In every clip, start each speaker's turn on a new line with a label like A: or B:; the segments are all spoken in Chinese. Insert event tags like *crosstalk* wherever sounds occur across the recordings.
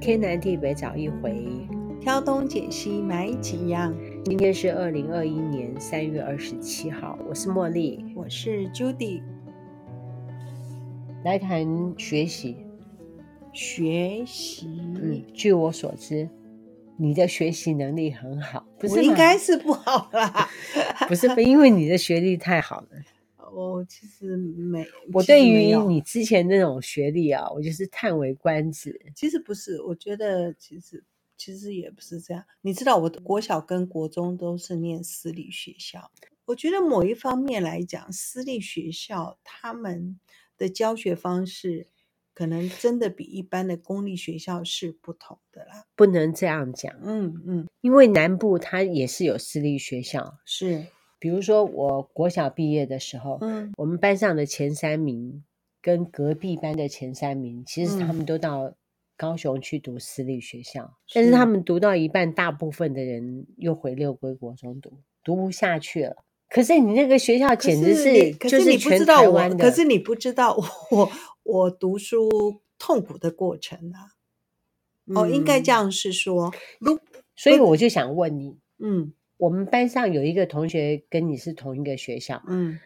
A: 天南地北找一回。
B: 挑东拣西买几样。
A: 今天是二零二一年三月二十七号，我是茉莉，
B: 我是 Judy，
A: 来谈学习。
B: 学习，
A: 嗯，据我所知，你的学习能力很好，不是
B: 我
A: 吗
B: 应该是不好啦。
A: *laughs* 不是因为你的学历太好了。
B: 我其实没，
A: 我
B: 其实
A: 对
B: 没
A: 于
B: 有
A: 你之前那种学历啊，我就是叹为观止。
B: 其实不是，我觉得其实其实也不是这样。你知道，我的国小跟国中都是念私立学校，我觉得某一方面来讲，私立学校他们的教学方式可能真的比一般的公立学校是不同的啦。
A: 不能这样讲，
B: 嗯嗯，
A: 因为南部它也是有私立学校。
B: 是，
A: 比如说我国小毕业的时候，
B: 嗯
A: 我们班上的前三名跟隔壁班的前三名，其实他
B: 嗯
A: 们都到高雄去读私立学校，但是
B: 是
A: 他们读到一半，大部分的人又回六归国中读，读不下去了。可是你那个学校
B: 可
A: 简直
B: 是你可
A: 就是
B: 你不
A: 全
B: 知道
A: 台
B: 我
A: 湾，的，
B: 可是你不知道我我读书痛苦的过程啊。哦，应该
A: 嗯
B: 这。样是说，如
A: 所以我就想问你，
B: 嗯
A: 我们班上有一个同学跟你是同一个学校，
B: 嗯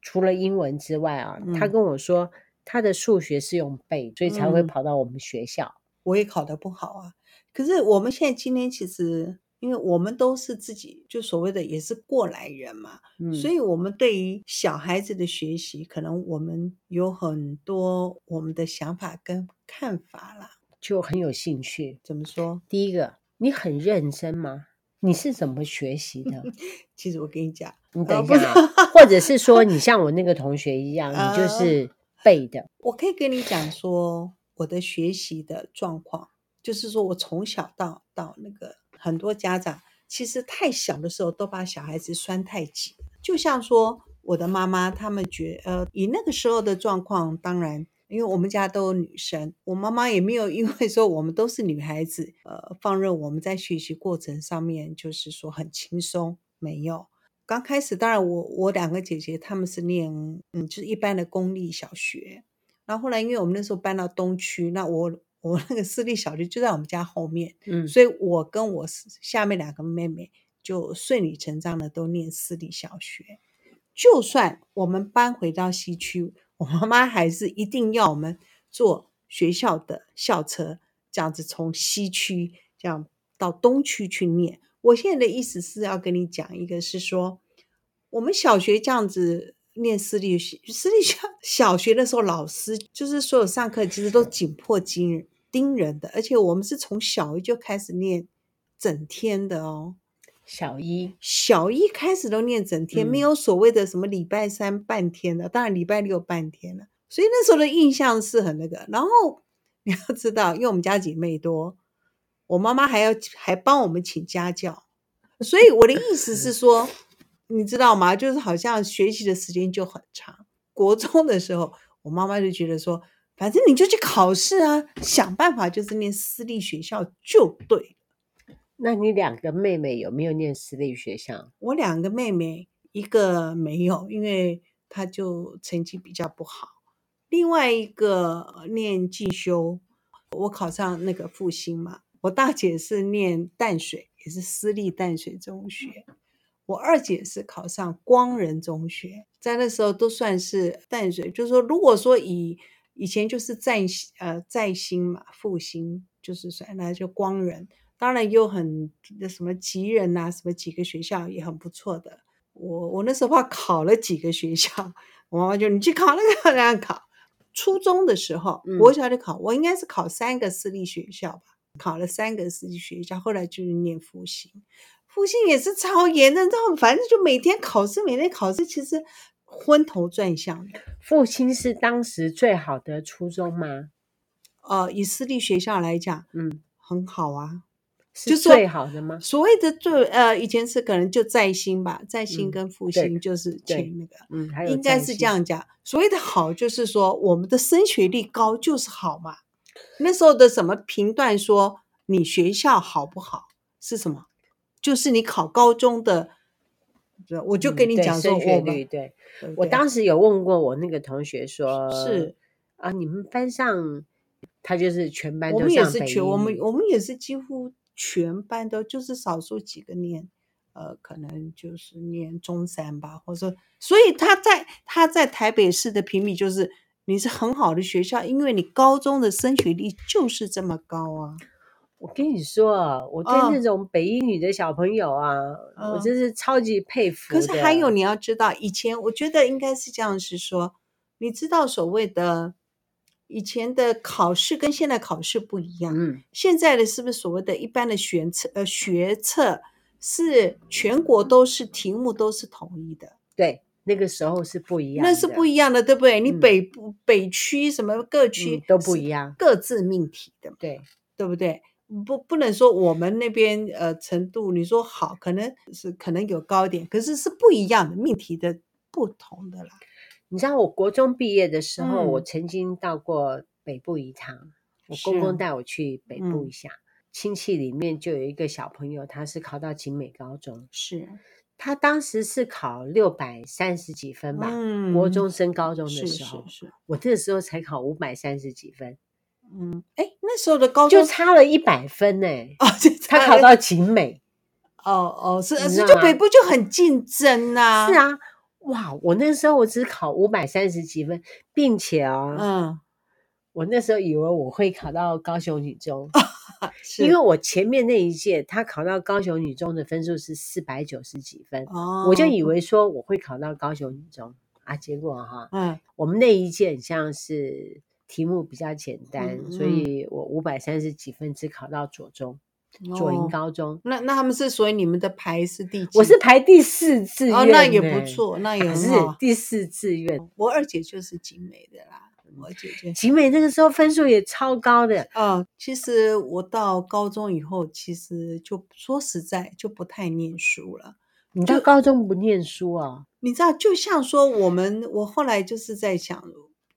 A: 除了英文之外啊，他
B: 嗯
A: 跟我说他的数学是用背，所以才会
B: 嗯
A: 跑到我们学校。
B: 我也考得不好啊。可是我们现在今天其实，因为我们都是自己就所谓的也是过来人嘛，
A: 嗯，
B: 所以我们对于小孩子的学习，可能我们有很多我们的想法跟看法啦。
A: 就很有兴趣。
B: 怎么说？
A: 第一个，你很认真吗？你是怎么学习
B: *laughs*
A: 的？
B: 其实我跟你讲，
A: 你
B: 呃
A: 等一
B: 不
A: 下啊、或者是说你像我那个同学一样，你就
B: 啊
A: 是背的。
B: 我可以跟你讲说我的学习的状况，就是说我从小到到那个很多家长其实太小的时候都把小孩子拴太紧，就像说我的妈妈他们觉呃以那个时候的状况，当然。因为我们家都有女生，我妈妈也没有因为说我们都是女孩子，呃，放任我们在学习过程上面就是说很轻松，没有。刚开始，当然我我两个姐姐她们是念嗯，就是一般的公立小学，然后后来，因为我们那时候搬到东区，那我我那个私立小学就在我们家后面，
A: 嗯，
B: 所以我跟我下面两个妹妹就顺理成章的都念私立小学。就算我们搬回到西区，我妈妈还是一定要我们坐学校的校车，这样子从西区这样到东区去念。我现在的意思是要跟你讲，一个是说，我们小学这样子念私立学，私立学小学的时候，老师就是所有上课其实都紧迫盯人盯人的，而且我们是从小一就开始念整天的哦。
A: 小一
B: 小一开始都念整天，
A: 嗯
B: 没有所谓的什么礼拜三半天的，当然礼拜六半天了。所以那时候的印象是很那个。然后你要知道，因为我们家姐妹多，我妈妈还要还帮我们请家教，所以我的意思是说，你知道吗？就是好像学习的时间就很长。国中的时候，我妈妈就觉得说，反正你就去考试啊，想办法就是念私立学校就对了
A: 那你两个妹妹有没有念私立学校？
B: 我两个妹妹，一个没有，因为她就成绩比较不好；另外一个呃念进修，我考上那个复兴嘛。我大姐是念淡水，也是私立淡水中学。我二姐是考上光仁中学，在那时候都算是淡水，就是说，如果说以以前就是在呃在兴嘛，复兴就是算那就光仁，当然也有很那什么吉人呐、什么几个学校也很不错的。我我那时候怕考了几个学校，我妈妈就你去考那个那样考。初中的时候，
A: 嗯
B: 国小就考，我应该是考三个私立学校吧，考了三个私立学校，后来就是念复兴。复兴也是超严的，你知道，反正就每天考试，每天考试，其实昏头转向的。
A: 复兴是当时最好的初中吗？
B: 呃，以私立学校来讲，
A: 嗯，
B: 很好啊。
A: 是
B: 就说
A: 最好的吗？
B: 所谓的最呃，以前是可能就在兴吧，在兴
A: 嗯
B: 跟复
A: 对
B: 兴就是
A: 对
B: 前那个，
A: 嗯，还有
B: 应该
A: 占
B: 是
A: 星
B: 这。样讲。所谓的好，就是说我们的升学率高就是好嘛。那时候的什么评断说你学校好不好是什么？就是你考高中的，我就跟
A: 嗯
B: 你
A: 对
B: 讲说
A: 升学
B: 我们，
A: 率，对
B: 对不
A: 我
B: 对
A: 当时有问过我那个同学说，
B: 是
A: 啊，你们班上他就是全班
B: 我
A: 都
B: 们也
A: 上
B: 是
A: 北一
B: 全，我们
A: 女
B: 我们也是几乎全班都，就是少数几个念，呃，可能就是念中山吧，或者说，所以他在他在台北市的评比就是你是很好的学校，因为你高中的升学率就是这么高啊。
A: 我跟你说啊，我对
B: 嗯
A: 那种北一女的小朋友啊，我
B: 嗯
A: 真是超级佩服
B: 可
A: 的。
B: 是还有你要知道，以前我觉得应该是这样，是说你知道所谓的以前的考试跟现在考试不一样，
A: 嗯，
B: 现在的是不是所谓的一般的学测呃学测是全国都是题目都是统一的，
A: 对，那个时候是不一样的，
B: 那是不一样的，对不对？你
A: 嗯
B: 北部、北区什么各区、
A: 嗯都不一，样。
B: 各自命题的嘛，
A: 对，
B: 对不对？嗯不不能说我们那边呃程度，你说好可能是可能有高一点，可是是不一样的命题的不同的啦。
A: 你知道我国中毕业的时候，我
B: 嗯
A: 曾经到过北部一趟，我
B: 是
A: 公公
B: 啊
A: 带我去北部
B: 嗯
A: 一下。亲戚里面就有一个小朋友，他是考到景美高中，
B: 是，
A: 他当时是考六百三十几分吧，
B: 嗯
A: 国中升高中的
B: 是
A: 时
B: 是
A: 候，
B: 是，
A: 我那时候才考五百三十几分，
B: 嗯，哎，那时候的高中
A: 就差了一百分呢、
B: 哦，就
A: 他
B: 差
A: 考
B: 了
A: 到景美，
B: 哦哦是
A: 你知
B: 是
A: 道
B: 就北
A: 吗
B: 部就很竞争呐、
A: 是，啊，哇！我那时候我只考五百三十几分，并且啊、
B: 嗯， *laughs*
A: 我那时候以为我会考到高雄女中，
B: 哦是
A: 因为我前面那一届他考到高雄女中的分数是四百九十几分，
B: 哦，
A: 我就以为说我会考到高雄女中啊，结果哈、
B: 嗯
A: 我们那一届很像是题目比较简单，
B: 嗯
A: 所以我五百三十几分只考到左中、左营
B: 哦
A: 高中，
B: 那那他们是所以你们的牌是第几？
A: 我是排第四志愿、
B: 哦，那也不。错，那也
A: 可是
B: 很好。
A: 第四志愿，
B: 我二姐就是景美的啦，我姐
A: *laughs*
B: 姐。
A: 景美那个时候分数也超高的，
B: 啊，其实我到高中以后，其实就说实在就不太念书了。
A: 你到高中不念书啊？
B: 你知道，就像说我们，我后来就是在想，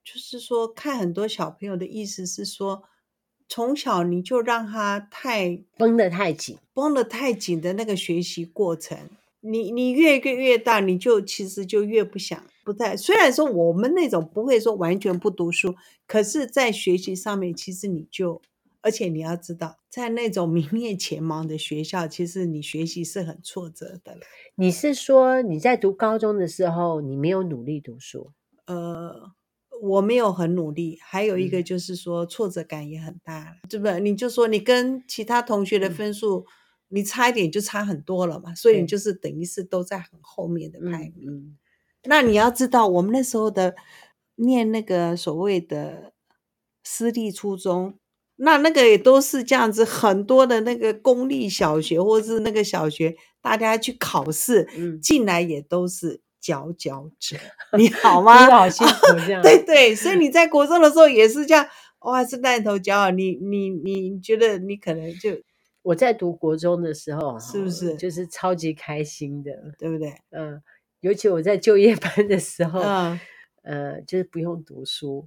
B: 就是说看很多小朋友的意思是说，从小你就让他太
A: 绷得太紧，
B: 绷得太紧的那个学习过程，你你越越越大，你就其实就越不想不太。虽然说我们那种不会说完全不读书，可是，在学习上面，其实你就，而且你要知道，在那种 *laughs* 名列前茅的学校，其实你学习是很挫折的啦。
A: 你是说你在读高中的时候你没有努力读书？
B: 呃，我没有很努力，还有一个
A: 嗯
B: 就是说挫折感也很大，对不？你就说你跟其他同学的
A: 嗯
B: 分数，你差一点就差很多了嘛，所以
A: 对
B: 你就是等于是都在很后面的排
A: 嗯
B: 名。
A: 嗯，
B: 那你要知道，我们那时候的念那个所谓的私立初中，那那个也都是这样子，很多的那个公立小学或是那个小学，大家去考试，
A: 嗯
B: 进来也都是佼佼者，你好
A: 真
B: 吗
A: 的？好辛 *laughs* 苦这样。
B: 对对，所以你在国中的时候也是这样，哇，是烂头骄傲，你你你觉得你可能就
A: 我在读国中的时候，
B: 是不是
A: 就是超级开心的？
B: 对不对？
A: 嗯，尤其我在就业班的时候，
B: 嗯，
A: 呃，就是不用读书，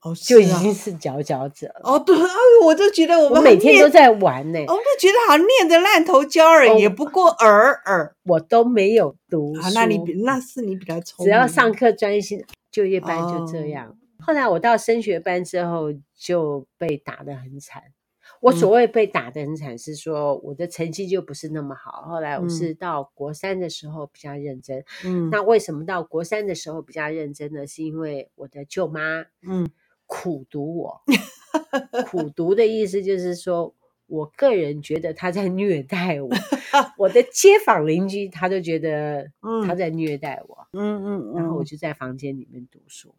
B: 哦，
A: 就已
B: 是啊
A: 经是佼佼者了。
B: 哦，对，哎，我就觉得我
A: 我
B: 们
A: 每
B: 很
A: 天
B: 念哦
A: 都在玩呢、
B: 我们就觉得好像念得烂头焦耳，
A: 哦
B: 也不过尔尔
A: 我都没有读
B: 啊
A: 书。。
B: 那你比那是你比较聪
A: 只
B: 明，
A: 要上课专心，就业班就
B: 哦
A: 这样。后来我到升学班之后就被打得很惨。我所
B: 嗯
A: 谓被打得很惨，是说我的成绩就不是那么好。后来我是到国三的时候比较认真。
B: 嗯
A: 那为什么到国三的时候比较认真呢？是因为我的舅妈
B: 嗯
A: 苦读我。苦读的意思就是说，我个人觉得她在虐待我。 *laughs* 我的街坊邻居他都觉得他
B: 嗯
A: 在虐待我。
B: 嗯嗯，
A: 然后我
B: 嗯
A: 就在房间里面读书，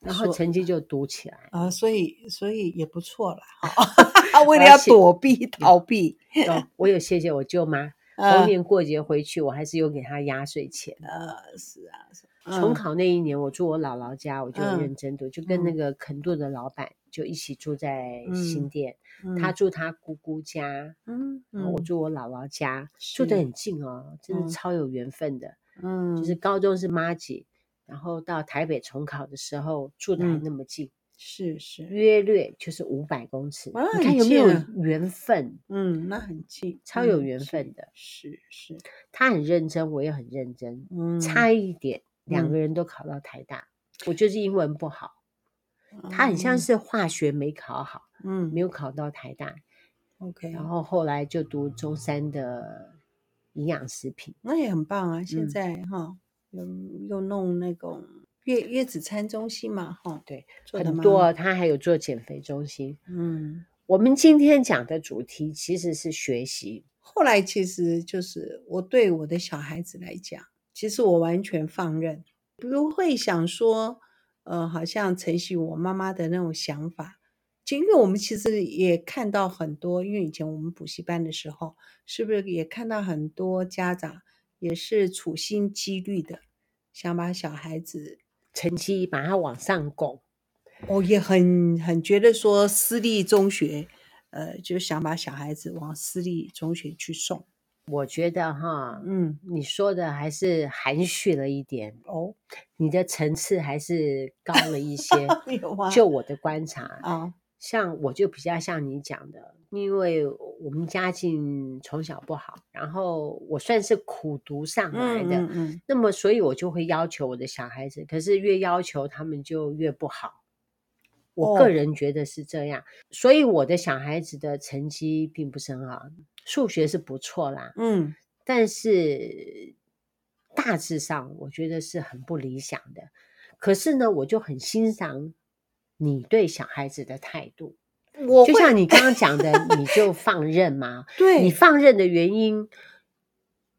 A: 然后
B: 说。
A: 成绩就读起来
B: 啊，所以所以也不错了
A: *laughs*
B: 哈，为了
A: 而
B: 要
A: 且嗯
B: 躲避逃避， *laughs*
A: 哦，我有谢谢我舅妈，逢
B: 呃
A: 年过节回去我还是有给她压岁钱。
B: 呃是啊，是啊
A: 重考那一年，我住我姥姥家，我就
B: 嗯
A: 认真读，就跟那个肯顿的老板就一起住在新
B: 嗯
A: 店，
B: 嗯
A: 他住他姑姑家，
B: 嗯
A: 然后我
B: 嗯
A: 住我姥姥家，住得
B: 是
A: 很近哦，真的
B: 嗯
A: 超有缘分的。
B: 嗯
A: 就是高中是妈姐，然后到台北重考的时候住的还
B: 嗯
A: 那么近，
B: 是是
A: 约略就是五百公尺，
B: 哇
A: 你看
B: 很
A: 有没有
B: 近啊
A: 缘分？
B: 嗯，那很近，
A: 超
B: 那
A: 有
B: 很
A: 缘
B: 近
A: 分的，
B: 嗯是是
A: 他很认真，我也很认真，
B: 嗯
A: 差一点两
B: 嗯
A: 个人都考到台大，我就是英文不好，
B: 哦
A: 他很像是化学没考好，
B: 嗯，
A: 没有考到台大，
B: OK，
A: 然后后来就读中山的营养食品。
B: 那也很棒啊！现
A: 嗯
B: 在哈，嗯，又弄那种月月子餐中心嘛，哈，
A: 对，
B: 做得
A: 很
B: 蛮好，
A: 多他还有做减肥中心。
B: 嗯。
A: 我们今天讲的主题其实是学习，
B: 后来其实就是我对我的小孩子来讲，其实我完全放任，不会想说，呃，好像承袭我妈妈的那种想法。就因为我们其实也看到很多，因为以前我们补习班的时候，是不是也看到很多家长也是处心积虑的想把小孩子
A: 成绩把它往上拱。
B: 我也很很觉得说私立中学，呃，就想把小孩子往私立中学去送。
A: 我觉得哈，
B: 嗯，
A: 你说的还是含蓄了一点，
B: 哦，。
A: 你的层次还是高了一些
B: *laughs* 有啊，
A: 就我的观察，
B: 啊，
A: 像我就比较像你讲的，因为我们家境从小不好，然后我算是苦读上来
B: 嗯
A: 的，
B: 嗯嗯，
A: 那么所以我就会要求我的小孩子，可是越要求他们就越不好。我
B: 哦
A: 个人觉得是这样，所以我的小孩子的成绩并不是很好，数学是不错啦，
B: 嗯
A: 但是大致上我觉得是很不理想的。可是呢，我就很欣赏你对小孩子的态度，
B: 我
A: 嗯就
B: 会
A: 像你刚刚讲
B: *laughs*
A: 的，你就放任嘛。
B: 对
A: 你放任的原因，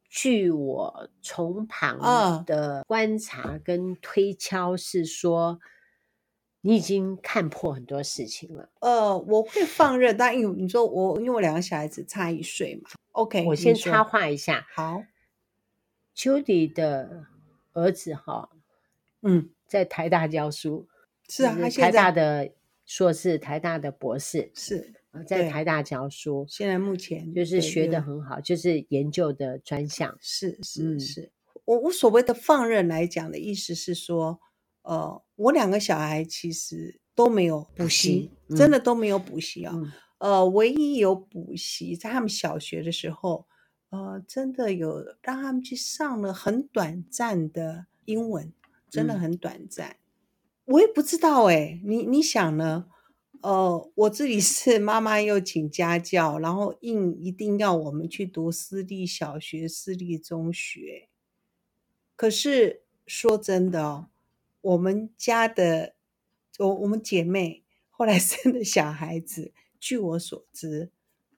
A: 据我从
B: 啊
A: 旁的观察跟推敲是说，你已经看破很多事情了。
B: 呃，我会放任，但因为你说我，因为我两个小孩子差一岁嘛，OK，
A: 我
B: 你
A: 先
B: 说
A: 插话一下
B: 好，
A: ，Judy 的儿子哈，
B: 嗯，
A: 在台大教书，
B: 是啊，
A: 就
B: 他
A: 嗯台
B: 现
A: 大
B: 在
A: 的硕士、台大的博士，
B: 是
A: 呃在
B: 对
A: 台大教书，
B: 现在目前
A: 就是
B: 对
A: 学
B: 有
A: 的很好，就是研究的专项。
B: 是
A: 嗯
B: 是是，我我所谓的放任来讲的意思是说，呃，我两个小孩其实都没有补习，
A: 习
B: 真
A: 嗯
B: 的都没有补习啊、
A: 嗯
B: 呃，唯一有补习，在他们小学的时候，呃，真的有让他们去上了很短暂的英文，真的
A: 嗯
B: 很短暂。我也不知道哎、你你想呢？呃，我自己是妈妈又请家教，然后硬一定要我们去读私立小学、私立中学。可是说真的哦，我们家的我我们姐妹后来生的小孩子，据我所知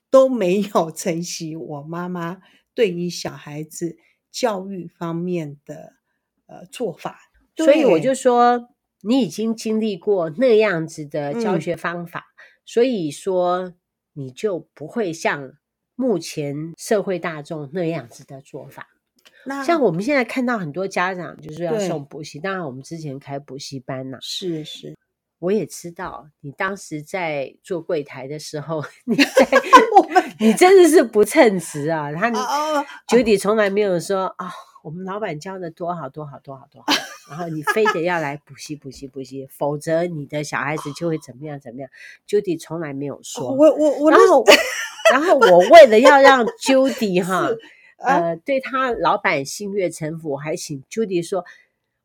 B: 都没有承袭我妈妈对于小孩子教育方面的呃做法，
A: 所以我
B: 对
A: 就说，你已经经历过那样子的教
B: 嗯
A: 学方法，所以说你就不会像目前社会大众那样子的做法。
B: 那
A: 像我们现在看到很多家长就是要
B: 啊对
A: 送补习，当然我们之前开补习班呐、
B: 是是，
A: 我也知道你当时在做柜台的时候， *laughs* 你在
B: *laughs* 我们
A: 你真的是不称职啊！他
B: 啊啊
A: Judy 从来没有说啊、我们老板教的多好多好多好多好，然后你非得要来补习补习补习，否则你的小孩子就会怎么样怎么样。Judy 从来没有说。
B: 我我我
A: 然
B: 那
A: 后，然后我为了要让 Judy 哈，
B: 啊
A: 呃，对他老板心悦诚服，我还请 Judy 说，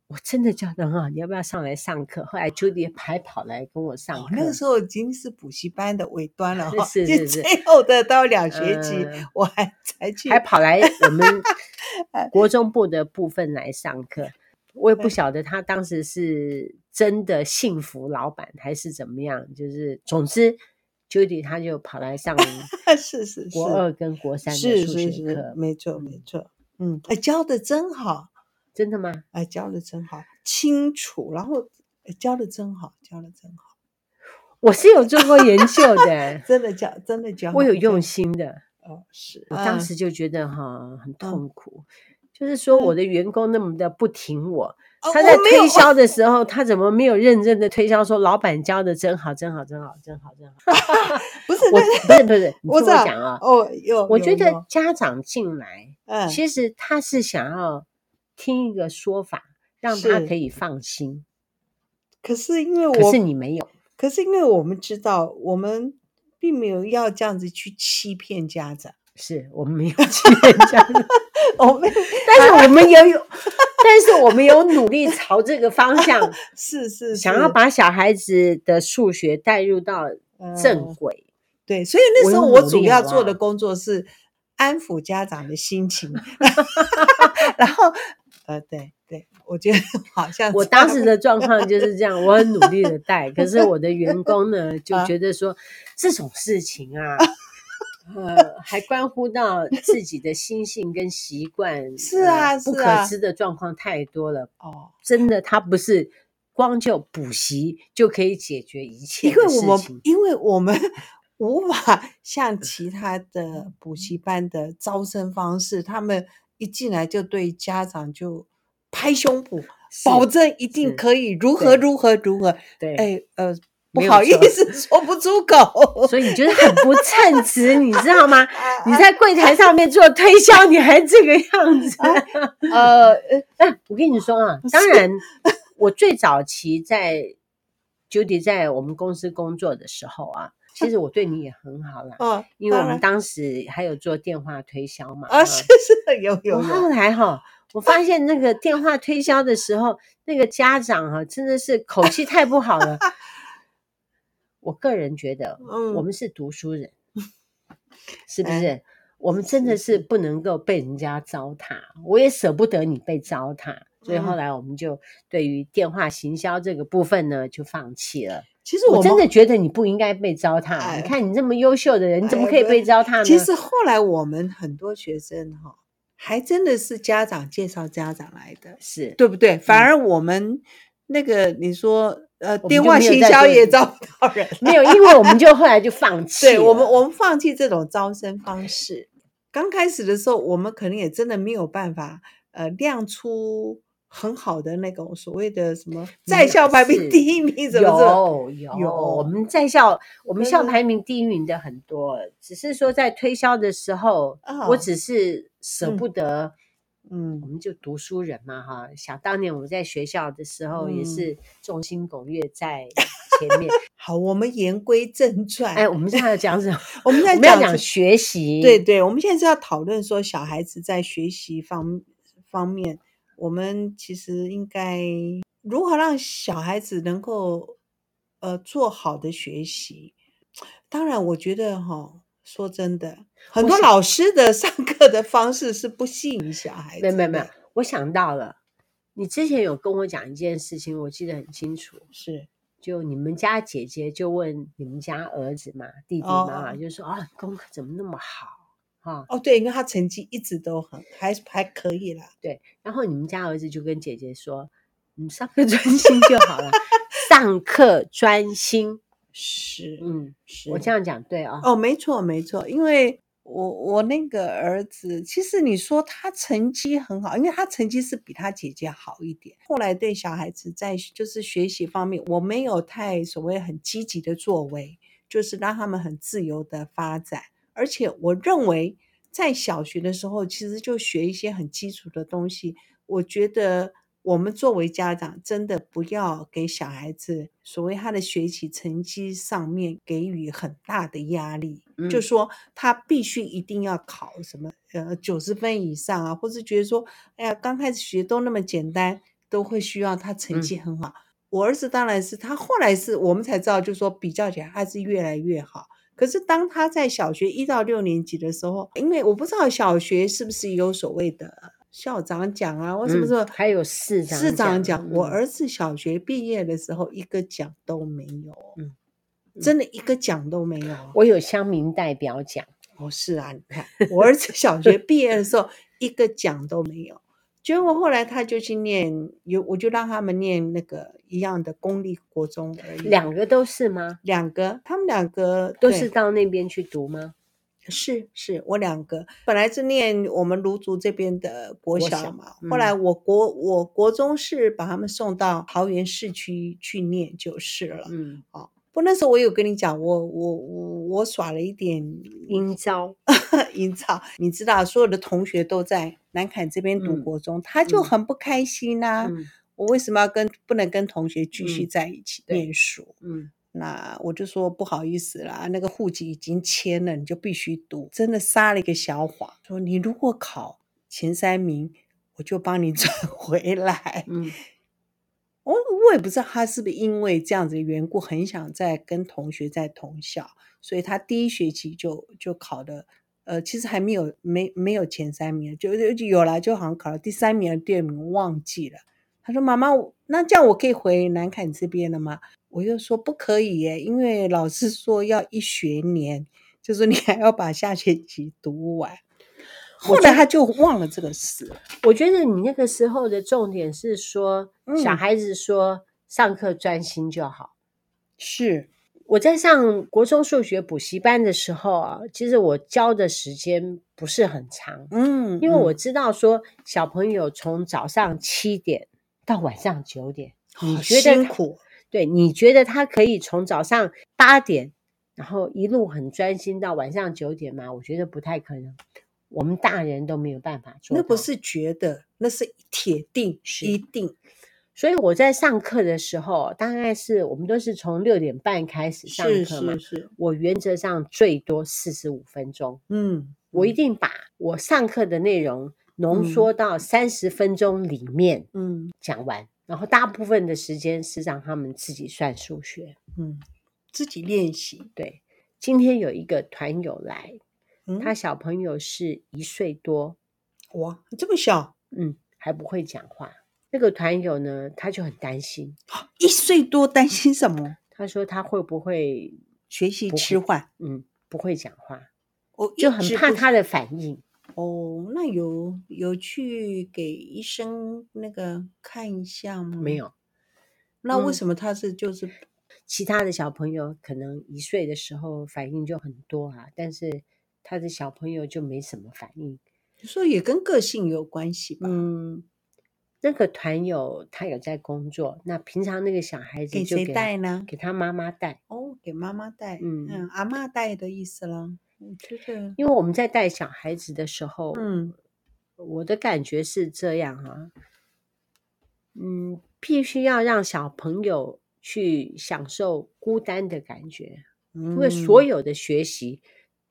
A: 我真的教的很好，你要不要上来上课？后来 Judy 还跑来跟我上
B: 哦
A: 课。
B: 那个时候已经是补习班的尾端了哈，
A: 是
B: 就是
A: 是
B: 最后的到两学期，
A: 嗯
B: 我还才去
A: 还跑来我们国中部的部分来上课。我也
B: 哎
A: 不晓得他当时是真的幸福老板还是怎么样，就是总之，Judy 他就跑来上
B: *laughs* *laughs* 是是是
A: 国二跟国三的
B: 是
A: 数
B: 是
A: 学
B: 是
A: 课，，
B: 没错没错，嗯，哎教的真好，
A: 真的吗？
B: 哎教的真好，清楚，然后哎教的真好，教的真好，，
A: 我是有做过研究的
B: *laughs* 真的教真的教，
A: 我有用心的。
B: 哦是，
A: 我当
B: 嗯
A: 时就觉得哈很痛苦，就是说我的员工那么的不挺我，
B: 嗯哦
A: 他
B: 我
A: 在
B: 没有
A: 推销
B: *laughs*
A: 的时候，他怎么没有认真的推销说老板教的真好，真好，真好，真好，真好？
B: 不是 *laughs*
A: 我不
B: 那
A: 是不是，你听
B: 我
A: 我
B: 知道
A: 讲啊，
B: 哦有，
A: 我
B: 有
A: 觉
B: 有
A: 得家长进来，
B: 嗯
A: 其实他是想要听一个说法，让他
B: 是
A: 可以放心。
B: 可是因为我
A: 可是你没有，
B: 可是因为我们知道，我们并没有要这样子去欺骗家长， *laughs*
A: 是我们没有去人家的
B: 我们
A: 但是我们也有，但是我们有努力朝这个方向，
B: 是 *laughs* 是
A: 想要
B: 是
A: 把小孩子的数学带入到正
B: 嗯
A: 轨。
B: 对，所以那
A: 我
B: 时
A: 有
B: 候我
A: 努
B: 主
A: 力
B: 要
A: 好
B: 做的
A: 吧
B: 工作是安抚家长的心情， *laughs* 然后呃，对对，我觉得 *laughs* 好像
A: 我
B: 这样
A: 当时的状况就是这样，我很努力的带，可是我的员工呢就
B: 啊
A: 觉得说这种事情
B: *laughs*
A: 啊。呃，还关乎到自己的心性跟习惯，
B: 是
A: 呃
B: 啊
A: 不
B: 是
A: 可
B: 啊
A: 知的状况太多了。
B: 哦，
A: 真的，他不是光就补习就可以解决一切
B: 因为
A: 的
B: 我
A: 事
B: 们
A: 情。
B: 因为我们 *laughs* 无
A: *laughs*
B: 法像其他的
A: 嗯
B: 补习班的招生方式，他们一进来就对家长就拍胸脯，
A: 是
B: 保证一定
A: 是
B: 可以如
A: 对
B: 何如何如何，
A: 对，
B: 哎呃，
A: 没
B: 不
A: 有
B: 好意
A: 错
B: 思说不出口。
A: 所以你就是很不称职，你知道吗？
B: 啊
A: 你在柜台上面做推销，你还这个样子。
B: 呃，呃
A: 但我跟你说啊，当然，我最早期在 Judy 在我们公司工作的时候啊，其实我对你也很好啦，
B: 哦，
A: 因为我
B: 当
A: 们
B: 然
A: 当时还有做电话推销嘛。
B: 啊，
A: 啊
B: 是是有有
A: 我后
B: 有，
A: 来哈，我发现那个电话推销的时候，那个家长哈、真的是口气太不好
B: *laughs*
A: 了。我个人觉得，
B: 嗯
A: 我们是读书人，是不
B: 哎嗯
A: 是？我们真的是不能够被人家糟蹋，我也舍不得你被糟蹋，所以后
B: 嗯
A: 来我们就对于电话行销这个部分呢，就放弃了。
B: 其实
A: 我
B: 我
A: 真
B: 们
A: 的觉得你不应该被糟蹋，啊
B: 哎
A: 你看你这么优秀的人，你怎么
B: 哎
A: 可以
B: 对
A: 被糟蹋呢？
B: 其实后来我们很多学生哈、还真的是家长介绍家长来的，
A: 是
B: 对不对？反
A: 嗯
B: 而我们那个你说呃，
A: 们
B: 电
A: 就
B: 话
A: 没有
B: 行
A: 在
B: 销
A: 做
B: 也
A: 这
B: 招不到人
A: 没有，因为我们就后来就放弃了。
B: 对我们，我们放弃这种招生方式。刚开始的时候，我们可能也真的没有办法，呃，亮出很好的那种所谓的什么在
A: 有
B: 校排
A: 是
B: 名第一名，怎么怎
A: 有
B: 么
A: 有
B: 有嗯
A: 我们在校，我们
B: 真
A: 校
B: 的
A: 排名第一名的很多，只是说在推销的时候，
B: 哦
A: 我只是舍
B: 嗯
A: 不得，我
B: 嗯，
A: 们就读书人嘛哈。想当年我在学校的时候，也
B: 嗯
A: 是众星拱月在前
B: *laughs*
A: 面。
B: 好，我们言归正传。
A: 哎，我们现在要讲
B: *laughs*
A: 什么？
B: 我们
A: 我
B: 在
A: 们要
B: 讲
A: 讲
B: 出
A: 学习，
B: 对对，我们现在是要讨论说小孩子在学习方方面，我们其实应该如何让小孩子能够呃做好的学习。当然，我觉得哈、说真的，很
A: 我
B: 多
A: 想
B: 老师的 *laughs* 上课的方式是不吸引小孩子
A: 没
B: 的。
A: 有没有没有，我想到了，你之前有跟我讲一件事情，我记得很清楚。
B: 是
A: 就你们家姐姐就问你们家儿子嘛，弟弟
B: 哦
A: 妈妈就说啊、你功课怎么那么好啊？
B: 哦，对，因为他成绩一直都很还还可以啦。
A: 对，然后你们家儿子就跟姐姐说，你上课专心就好了， *laughs* 上课专心。
B: 是，
A: 嗯，
B: 是
A: 我这样讲对啊、
B: 哦，没错没错，因为我我那个儿子，其实你说他成绩很好，因为他成绩是比他姐姐好一点。后来对小孩子在就是学习方面，我没有太所谓很积极的作为，就是让他们很自由的发展。而且我认为，在小学的时候，其实就学一些很基础的东西。我觉得我们作为家长，真的不要给小孩子所谓他的学习成绩上面给予很大的压力，就
A: 嗯
B: 说他必须一定要考什么呃九十分以上啊，或是觉得说，哎呀，刚开始学都那么简单，都会需要他成
A: 嗯
B: 绩很好。我儿子当然是他后来是我们才知道，就是说比较起来他是越来越好。可是当他在小学一到六年级的时候，因为我不知道小学是不是有所谓的校长奖啊，或什么
A: 嗯
B: 什么，
A: 还有市长
B: 市长
A: 奖
B: 奖。我
A: 嗯
B: 儿子小学毕业的时候一个奖都没有，
A: 嗯
B: 真的一个奖都没有。啊
A: 我有乡民代表奖，
B: 哦，是啊，你看我儿子小学毕业的时候一个奖都没有，结果后来他就去念，有我就让他们念那个一样的公立国中而已，
A: 两个都是吗？
B: 两个，他们两个
A: 都
B: 嗯对
A: 是到那边去读吗？
B: 是是，我两个本来是念我们芦竹这边的国
A: 国
B: 小
A: 小嗯
B: 嘛，后来我国我国中是把他们送到桃园市区去念就是了。
A: 嗯，
B: 不过那时候我有跟你讲，我我我我耍了一点
A: 英招，
B: 营造，你知道所有的同学都在南坎这边读
A: 嗯
B: 国中，他就
A: 嗯
B: 很不开心呐、
A: 嗯
B: 我为什么要跟不能跟同学继续
A: 嗯
B: 在一起
A: 对
B: 念书？
A: 嗯，
B: 那我就说不好意思啦，那个户籍已经迁了，你就必须读。真的撒了一个小谎，说你如果考前三名，我就帮你 *laughs* 转回来。
A: 嗯，
B: 我哦我也不知道他是不是因为这样子的缘故，很想再跟同学在同校，所以他第一学期就就考的，呃，其实还没有没没有前三名，就就就有啦，就好像考了第三名、第二名，忘记了。他说：“妈妈，我那这样我可以回南坎这边了吗？”我就说：“不可以耶，因为老师说要一学年，就说你还要把下学期读完。”后来他就忘了这个事了。
A: 我觉得你那个时候的重点是说，小
B: 嗯
A: 孩子说上课专心就好。
B: 是，
A: 我在上国中数学补习班的时候啊，其实我教的时间不是很长，
B: 嗯，
A: 因为我
B: 嗯
A: 知道说小朋友从早上七点到晚上九点，你
B: 嗯好
A: 觉得
B: 辛
A: 他
B: 苦，啊
A: 对，你觉得他可以从早上八点，然后一路很专心到晚上九点吗？我觉得不太可能，我们大人都没有办法做
B: 那
A: 到。
B: 不是觉得，那是铁定，
A: 是
B: 一定
A: 所以我在上课的时候，大概是我们都是从六点半开始上
B: 是
A: 课嘛
B: 是，是，
A: 我原则上最多四十五分钟。
B: 嗯，
A: 我一
B: 嗯
A: 定把我上课的内容浓缩到三十分钟里面
B: 嗯
A: 讲完，然后大部分的时间是让他们自己算数学。
B: 嗯自己练习，
A: 对，今天有一个团友来，
B: 嗯，
A: 他小朋友是一岁多，
B: 哇这么小，
A: 嗯，还不会讲话。那个团友呢，他就很担心，
B: 一岁多担心什么？
A: 他说他会不会，
B: 学习迟缓，
A: 嗯，不会讲话，
B: 我
A: 就
B: 一
A: 很
B: 直
A: 怕
B: 不
A: 他的反应。
B: 哦。那有有去给医生那个看一下吗？
A: 没。有，
B: 那为
A: 嗯
B: 什么他是就是
A: 其他的小朋友可能一岁的时候反应就很多啊，但是他的小朋友就没什么反应。
B: 说也跟个性有关系吧？
A: 嗯，那个团友他有在工作，那平常那个小孩子
B: 给
A: 就
B: 谁
A: 给他
B: 带呢？
A: 给他妈妈带，
B: 哦，给妈妈带，
A: 嗯
B: 嗯，阿妈带的意思啦。我觉得，
A: 因为我们在带小孩子的时候，
B: 嗯
A: 我的感觉是这样啊，嗯，必须要让小朋友去享受孤单的感觉。因为所
B: 嗯
A: 有的学习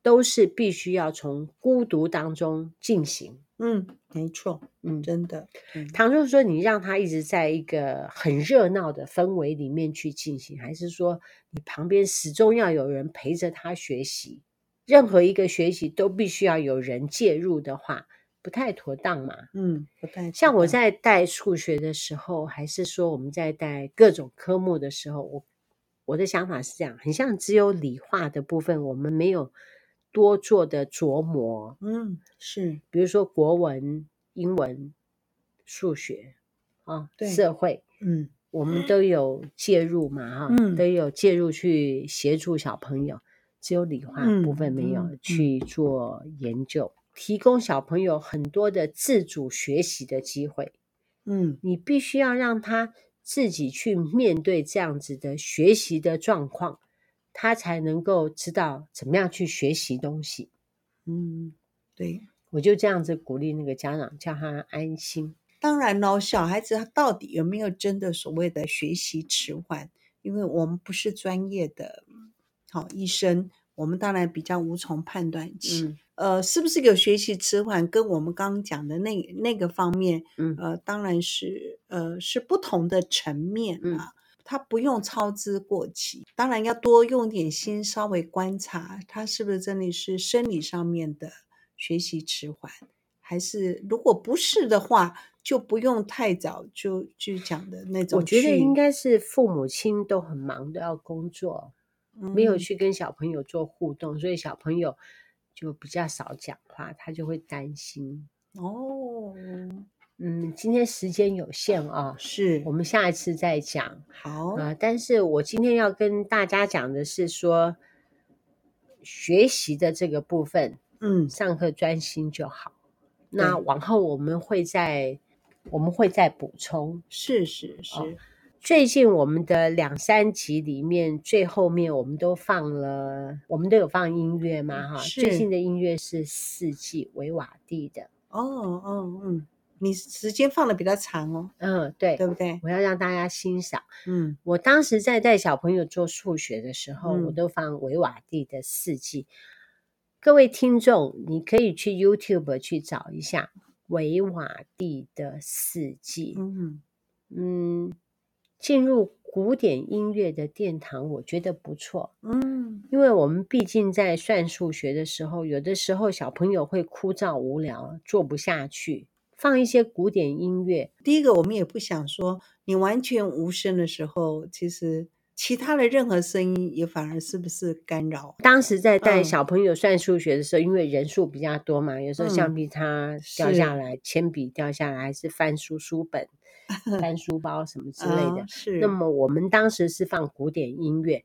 A: 都是必须要从孤独当中进行。
B: 嗯，没错，
A: 嗯，
B: 真的，嗯
A: 倘若说你让他一直在一个很热闹的氛围里面去进行，还是说你旁边始终要有人陪着他学习，任何一个学习都必须要有人介入的话，不太妥当嘛。
B: 嗯，不太
A: 像
B: 知
A: 我
B: 道
A: 在带数学的时候，还是说我们在带各种科目的时候，我我的想法是这样，很像只有理化的部分，我们没有多做的琢磨，
B: 嗯是
A: 比如说国文、英文、数学啊、
B: 对
A: 社会，
B: 嗯
A: 我们都有介入嘛哈、
B: 嗯
A: 都有介入去协助小朋友。只有理化部
B: 嗯
A: 分没有
B: 嗯嗯
A: 去做研究，提供小朋友很多的自主学习的机会。
B: 嗯
A: 你必须要让他自己去面对这样子的学习的状况，他才能够知道怎么样去学习东西。
B: 嗯对。
A: 我就这样子鼓励那个家长，叫他安心。
B: 当然喽，小孩子他到底有没有真的所谓的学习迟缓？因为我们不是专业的好医生，我们当然比较无从判断起。
A: 嗯
B: 呃，是不是有学习迟缓，跟我们刚刚讲的那那个方面，
A: 嗯
B: 呃，当然是呃是不同的层面
A: 嗯
B: 啊。他不用操之过急，当然要多用点心，稍微观察他是不是真的是生理上面的学习迟缓，还是如果不是的话，就不用太早就就讲的那种
A: 我
B: 去。
A: 觉得应该是父母亲都很忙，都要工作，没有
B: 嗯
A: 去跟小朋友做互动，所以小朋友就比较少讲话，他就会担心。
B: 哦，
A: 嗯，今天时间有限啊、
B: 是
A: 我们下一次再讲。
B: 好，
A: 啊、但是我今天要跟大家讲的是说，学习的这个部分，
B: 嗯
A: 上课专心就好。
B: 对
A: 那往后我们会再我们会再补充。
B: 是
A: 哦
B: 是是，
A: 最近我们的两三集里面，最后面我们都放了，我们都有放音乐嘛，哈。最
B: 是
A: 近的音乐是四季维瓦蒂的，
B: 哦哦嗯你时间放的比较长哦，
A: 嗯，对，
B: 对不对？
A: 我要让大家欣赏。
B: 嗯
A: 我当时在带小朋友做数学的时候，我
B: 嗯
A: 都放维瓦蒂的四季。各位听众，你可以去 YouTube 去找一下维瓦蒂的四季。
B: 嗯
A: 嗯，进入古典音乐的殿堂，我觉得不错，
B: 嗯
A: 因为我们毕竟在算数学的时候，有的时候小朋友会枯燥无聊，做不下去，放一些古典音乐，
B: 第一个，我们也不想说你完全无声的时候，其实其他的任何声音也反而是不是干扰？
A: 当时在带
B: 嗯
A: 小朋友算数学的时候，因为人数比较多嘛，有时候橡
B: 嗯
A: 皮擦掉
B: 是
A: 下来，铅笔掉下来，还是翻书书
B: *laughs*
A: 本、翻书包什么之类的
B: 啊。是，
A: 那么我们当时是放古典音乐，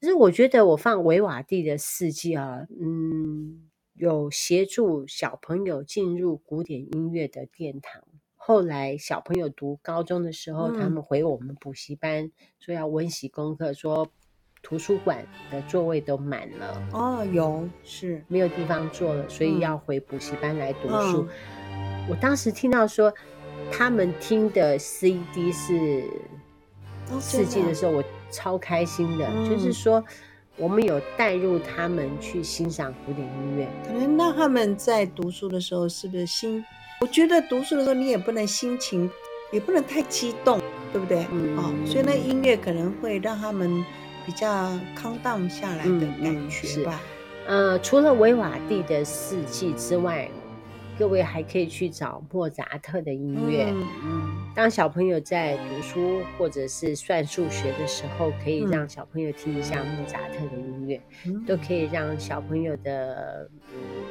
A: 可是我觉得我放维瓦蒂的《四季》啊，嗯，有协助小朋友进入古典音乐的殿堂。后来小朋友读高中的时候，他
B: 嗯
A: 们回我们补习班说要温习功课，说图书馆的座位都满了。
B: 哦，有是，
A: 没有地方坐了，所以
B: 嗯
A: 要回补习班来读书
B: 嗯。
A: 我当时听到说他们听的 CD 是
B: 哦
A: 四季的时候，我超开心的，就是
B: 嗯
A: 说我们有带入他们去欣赏古典音乐。
B: 可能那他们在读书的时候，是不是心？我觉得读书的时候，你也不能心情，也不能太激动，对不对？
A: 嗯
B: 哦，所以那音乐可能会让他们比较 calm down 下来的
A: 嗯嗯
B: 感
A: 是
B: 觉吧。
A: 呃，除了维瓦蒂的四季之外，各位还可以去找莫扎特的音乐。
B: 嗯嗯
A: 当小朋友在读书或者是算数学的时候，可以
B: 嗯
A: 让小朋友听一下莫扎特的音乐。
B: 嗯，
A: 都可以让小朋友的。嗯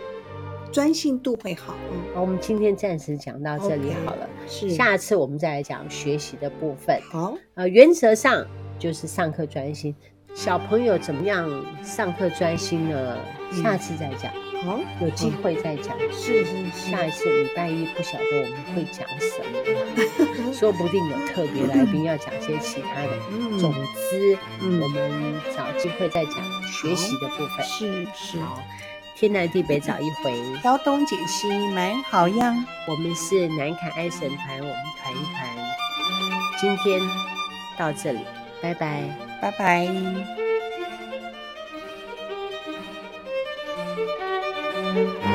B: 专心度会好。嗯，
A: 好，我们今天暂时讲到这里
B: OK，嗯
A: 好了
B: 是
A: 下次我们再来讲学习的部分。
B: 好，
A: 呃，原则上就是上课专心。小朋友怎么样上课专心呢？
B: 嗯
A: 下次再讲，
B: 好，
A: 有机会再讲。
B: 是是是
A: 下一次礼拜一不晓得我们会讲什么，说不定有特别来宾要讲些其他的。
B: 嗯
A: 总之，
B: 嗯
A: 我们找机会再讲学习的部分。
B: 是是，
A: 好，天南地北找一回。
B: 挑东拣西蛮好样。
A: 我们是南凯爱神团，我们团一团。今天到这里，拜拜。
B: 拜拜。
C: Thank